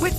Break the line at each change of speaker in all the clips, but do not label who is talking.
With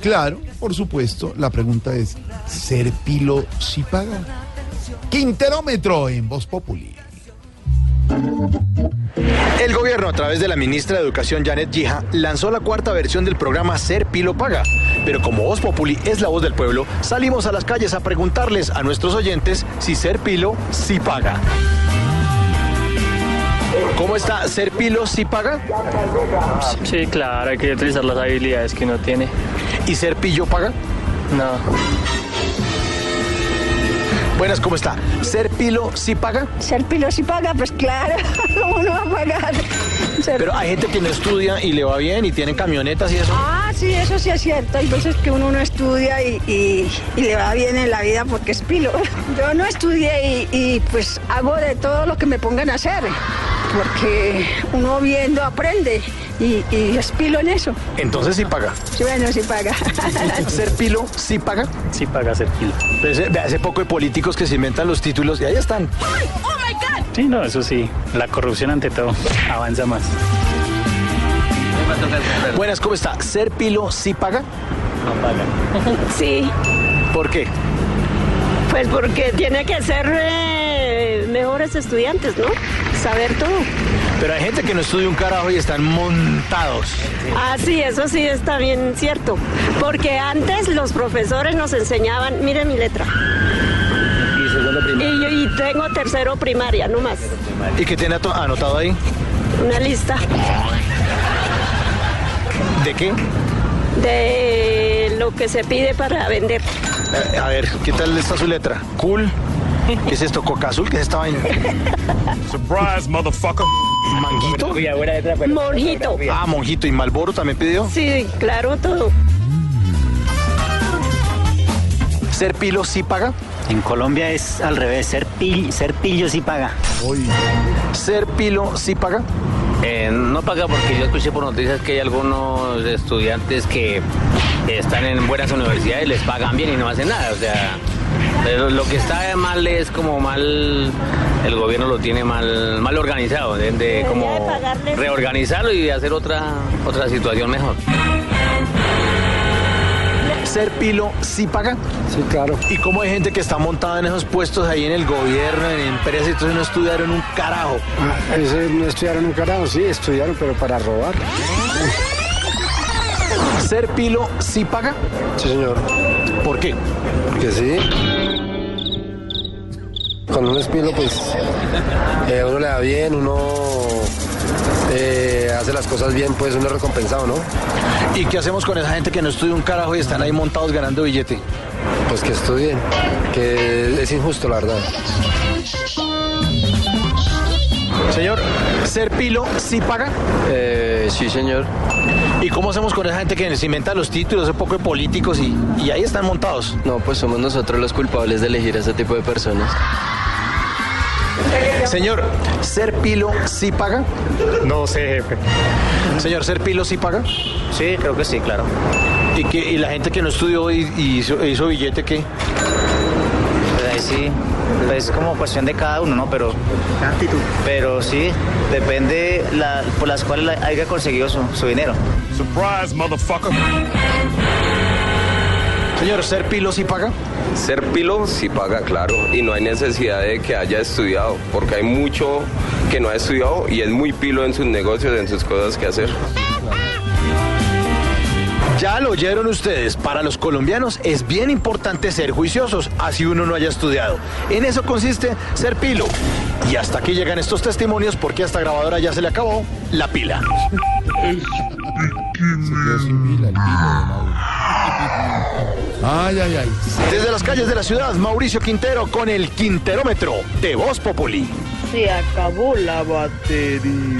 Claro, por supuesto, la pregunta es, ¿ser pilo si paga? Quinterómetro en Voz Populi.
El gobierno, a través de la ministra de Educación Janet Gija, lanzó la cuarta versión del programa Ser Pilo Paga. Pero como Voz Populi es la voz del pueblo, salimos a las calles a preguntarles a nuestros oyentes si Ser Pilo sí paga. ¿Cómo está? ¿Ser Pilo sí paga?
Sí, claro, hay que utilizar las habilidades que uno tiene.
¿Y Ser Pillo paga?
No,
Buenas, ¿cómo está? ¿Ser Pilo sí paga?
Ser pilo si paga, pues claro, ¿cómo no va a pagar? Ser-
Pero hay gente que no estudia y le va bien y tienen camionetas y eso.
Ah, sí, eso sí es cierto. Hay veces que uno no estudia y, y- y le va bien en la vida porque es pilo. Yo no estudié y, y, pues hago de todo lo que me pongan a hacer, porque uno viendo aprende y, y es pilo en eso.
Entonces sí paga.
Sí, Bueno, si paga.
¿Ser Pilo sí paga?
sí paga ser pilo.
Pues, eh, Hace poco hay políticos que se inventan los títulos y ahí están.
Sí, no, eso sí, la corrupción ante todo avanza más.
Buenas, ¿cómo está? ¿Ser pilo sí paga?
No paga.
Sí,
¿Por qué?
pues porque tiene que ser eh, mejores estudiantes, ¿no? Saber todo.
Pero hay gente que no estudia un carajo y están montados.
Ah, sí, eso sí está bien cierto. Porque antes los profesores nos enseñaban, mire mi letra. Y, yo- y tengo tercero primaria, no más.
¿Y qué tiene ato- anotado ahí?
Una lista
¿De qué?
de lo que se pide para vender.
Eh, a ver, ¿qué tal está su letra? Cool. ¿Qué es esto? ¿Coca azul? ¿Qué es esta vaina?
Surprise, motherfucker.
¿Manguito?
Monjito.
Ah, monjito. ¿Y Malboro también pidió?
Sí, claro, todo.
¿Ser pilo sí paga?
En Colombia es al revés, ser, pil- ser pillo sí paga.
¿Ser pilo sí paga?
Eh, no paga porque yo escuché por noticias que hay algunos estudiantes que están en buenas universidades, les pagan bien y no hacen nada. O sea, pero lo que está mal es como mal, el gobierno lo tiene mal, mal organizado, de, de como
pagarles.
reorganizarlo y hacer otra, otra situación mejor.
¿Ser pilo sí paga?
Sí, claro.
¿Y cómo hay gente que está montada en esos puestos ahí en el gobierno, en empresas, entonces no estudiaron un carajo?
Ah, no estudiaron un carajo, sí, estudiaron, pero para robar.
¿Ser pilo sí paga?
Sí, señor.
¿Por qué?
Que sí. Cuando uno es pilo, pues eh, uno le da bien, uno eh, hace las cosas bien, pues uno es recompensado, ¿no?
¿Y qué hacemos con esa gente que no estudia un carajo y están ahí montados ganando billete?
Pues que estudien, que es injusto, la verdad.
Señor, ¿ser pilo sí paga?
Eh, sí, señor.
¿Y cómo hacemos con esa gente que se inventa los títulos, un poco de políticos y, y ahí están montados?
No, pues somos nosotros los culpables de elegir a ese tipo de personas.
Señor, ¿ser pilo sí paga?
No sé, jefe.
Señor, ¿ser pilo sí paga?
Sí, creo que sí, claro.
¿Y, que, y la gente que no estudió y, y hizo, hizo billete qué?
Pues ahí sí, pues es como cuestión de cada uno, ¿no? Pero. Pero sí, depende la, por las cuales la- haya conseguido su, su dinero.
Surprise, motherfucker.
Señor, ¿ser pilo sí paga?
Ser pilo sí paga, claro, y no hay necesidad de que haya estudiado, porque hay mucho que no ha estudiado y es muy pilo en sus negocios, en sus cosas que hacer.
Ya lo oyeron ustedes, para los colombianos es bien importante ser juiciosos, así uno no haya estudiado. En eso consiste ser pilo. Y hasta aquí llegan estos testimonios porque a esta grabadora ya se le acabó la pila.
Ay, ay, ay.
Desde las calles de la ciudad, Mauricio Quintero con el Quinterómetro de Voz Populi.
Se acabó la
Batería.